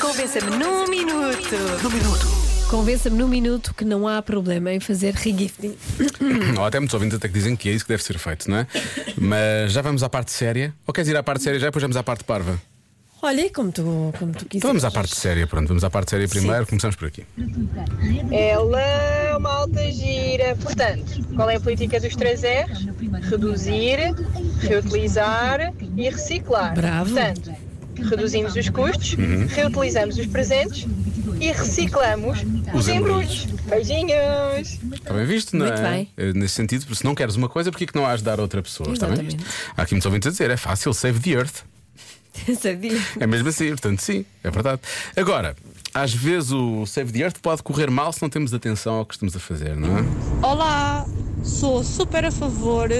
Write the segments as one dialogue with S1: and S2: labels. S1: Convença-me num minuto.
S2: No minuto.
S1: Convença-me num minuto que não há problema em fazer regifting.
S3: Ou Hum, até muitos ouvintes até que dizem que é isso que deve ser feito, não é? Mas já vamos à parte séria. Ou queres ir à parte séria já depois vamos à parte parva?
S1: Olha, como tu, como tu quiseres.
S3: Então vamos à parte séria, pronto. Vamos à parte séria primeiro, começamos por aqui.
S4: Ela, malta gira. Portanto, qual é a política dos 3 R's? Reduzir, reutilizar e reciclar.
S1: Bravo.
S4: Portanto, reduzimos os custos, reutilizamos os presentes e reciclamos os embrulhos. Beijinhos!
S3: Está bem visto, não
S1: Muito
S3: é?
S1: bem.
S3: Eh, Nesse sentido, porque se não queres uma coisa, porquê que não a ajudar outra pessoa? Está bem
S1: Exatamente.
S3: visto? Há aqui muitos ouvintes a dizer, é fácil, save the earth.
S1: Sabia?
S3: É mesmo assim, portanto, sim, é verdade. Agora, às vezes o save the earth pode correr mal se não temos atenção ao que estamos a fazer, não é?
S5: Olá, sou super a favor de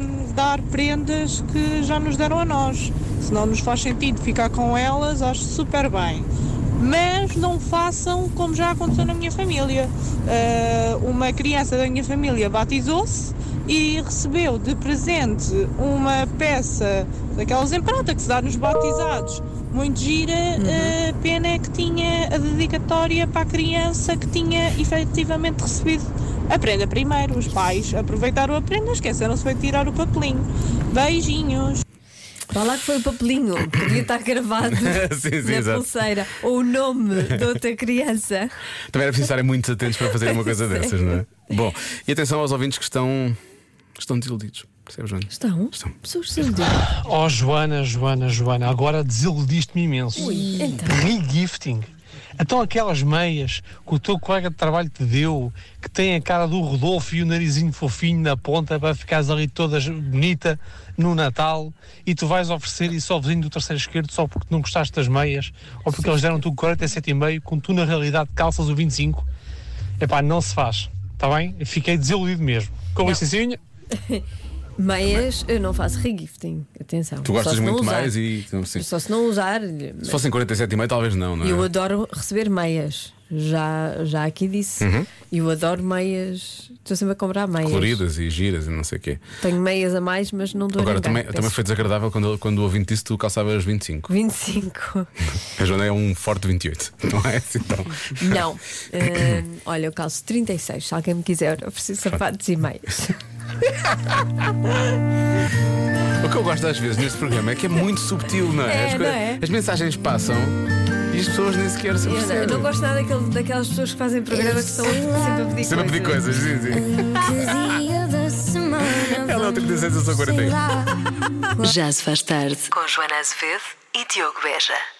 S5: hum, dar prendas que já nos deram a nós. Se não nos faz sentido ficar com elas, acho super bem. Mas não façam como já aconteceu na minha família. Ah, uma criança da minha família batizou-se e recebeu de presente uma peça daquelas em prata que se dá nos batizados. Muito gira, ah, pena é que tinha a dedicatória para a criança que tinha efetivamente recebido a prenda primeiro. Os pais aproveitaram a prenda, esqueceram-se de tirar o papelinho. Beijinhos!
S1: Vá lá que foi o papelinho. Podia estar gravado
S3: Sim, sim,
S1: na
S3: exato.
S1: pulseira. Ou o nome de outra criança.
S3: Também era preciso estarem muito atentos para fazer uma coisa
S1: Sim.
S3: dessas, não é? Bom, e atenção aos ouvintes que estão, estão desiludidos. Percebes, Joana?
S1: Estão?
S3: Estão.
S1: Pessoas sem
S6: Oh, Joana, Joana, Joana, agora desiludiste-me imenso.
S1: Então.
S6: Regifting. Então aquelas meias que o teu colega de trabalho te deu, que tem a cara do Rodolfo e o narizinho fofinho na ponta para ficares ali toda bonita no Natal e tu vais oferecer isso ao vizinho do terceiro esquerdo só porque não gostaste das meias ou porque eles deram-te o 47,5 quando tu na realidade calças o 25. Epá, não se faz, está bem? Eu Fiquei desiludido mesmo. Com licencinha.
S1: Meias, eu não faço regifting. Atenção.
S3: Tu gostas
S1: Só se não
S3: muito
S1: usar.
S3: mais e. então, sim.
S1: Só se não usar.
S3: Se fossem 47,5, talvez não, não é?
S1: Eu adoro receber meias. Já, já aqui disse. Eu adoro meias. Estou sempre a comprar meias.
S3: Uhum. Coloridas e giras e não sei o quê.
S1: Tenho meias é a mais, mas não dou
S3: Agora,
S1: ninguém,
S3: também,
S1: peço.
S3: também foi desagradável quando, quando o ouvinte disse que tu calçavas 25.
S1: 25.
S3: A Joana é um forte 28, não é? assim, Então,
S1: Não. Ahn, olha, eu calço 36. Se alguém me quiser, eu preciso de sapatos e meias.
S3: o que eu gosto às vezes neste programa é que é muito subtil, não é?
S1: É,
S3: as,
S1: não
S3: coisas-
S1: é?
S3: as mensagens passam e as pessoas nem sequer se
S1: Eu, não- eu
S3: percebem.
S1: não gosto nada daquele- daquelas pessoas que fazem programas que estão sempre a pedir
S3: Sempre a pedir coisas, sim, sim. Ela é outra que diz, eu sou 41.
S7: Já se faz tarde com Joana Azevedo e Diogo Beja.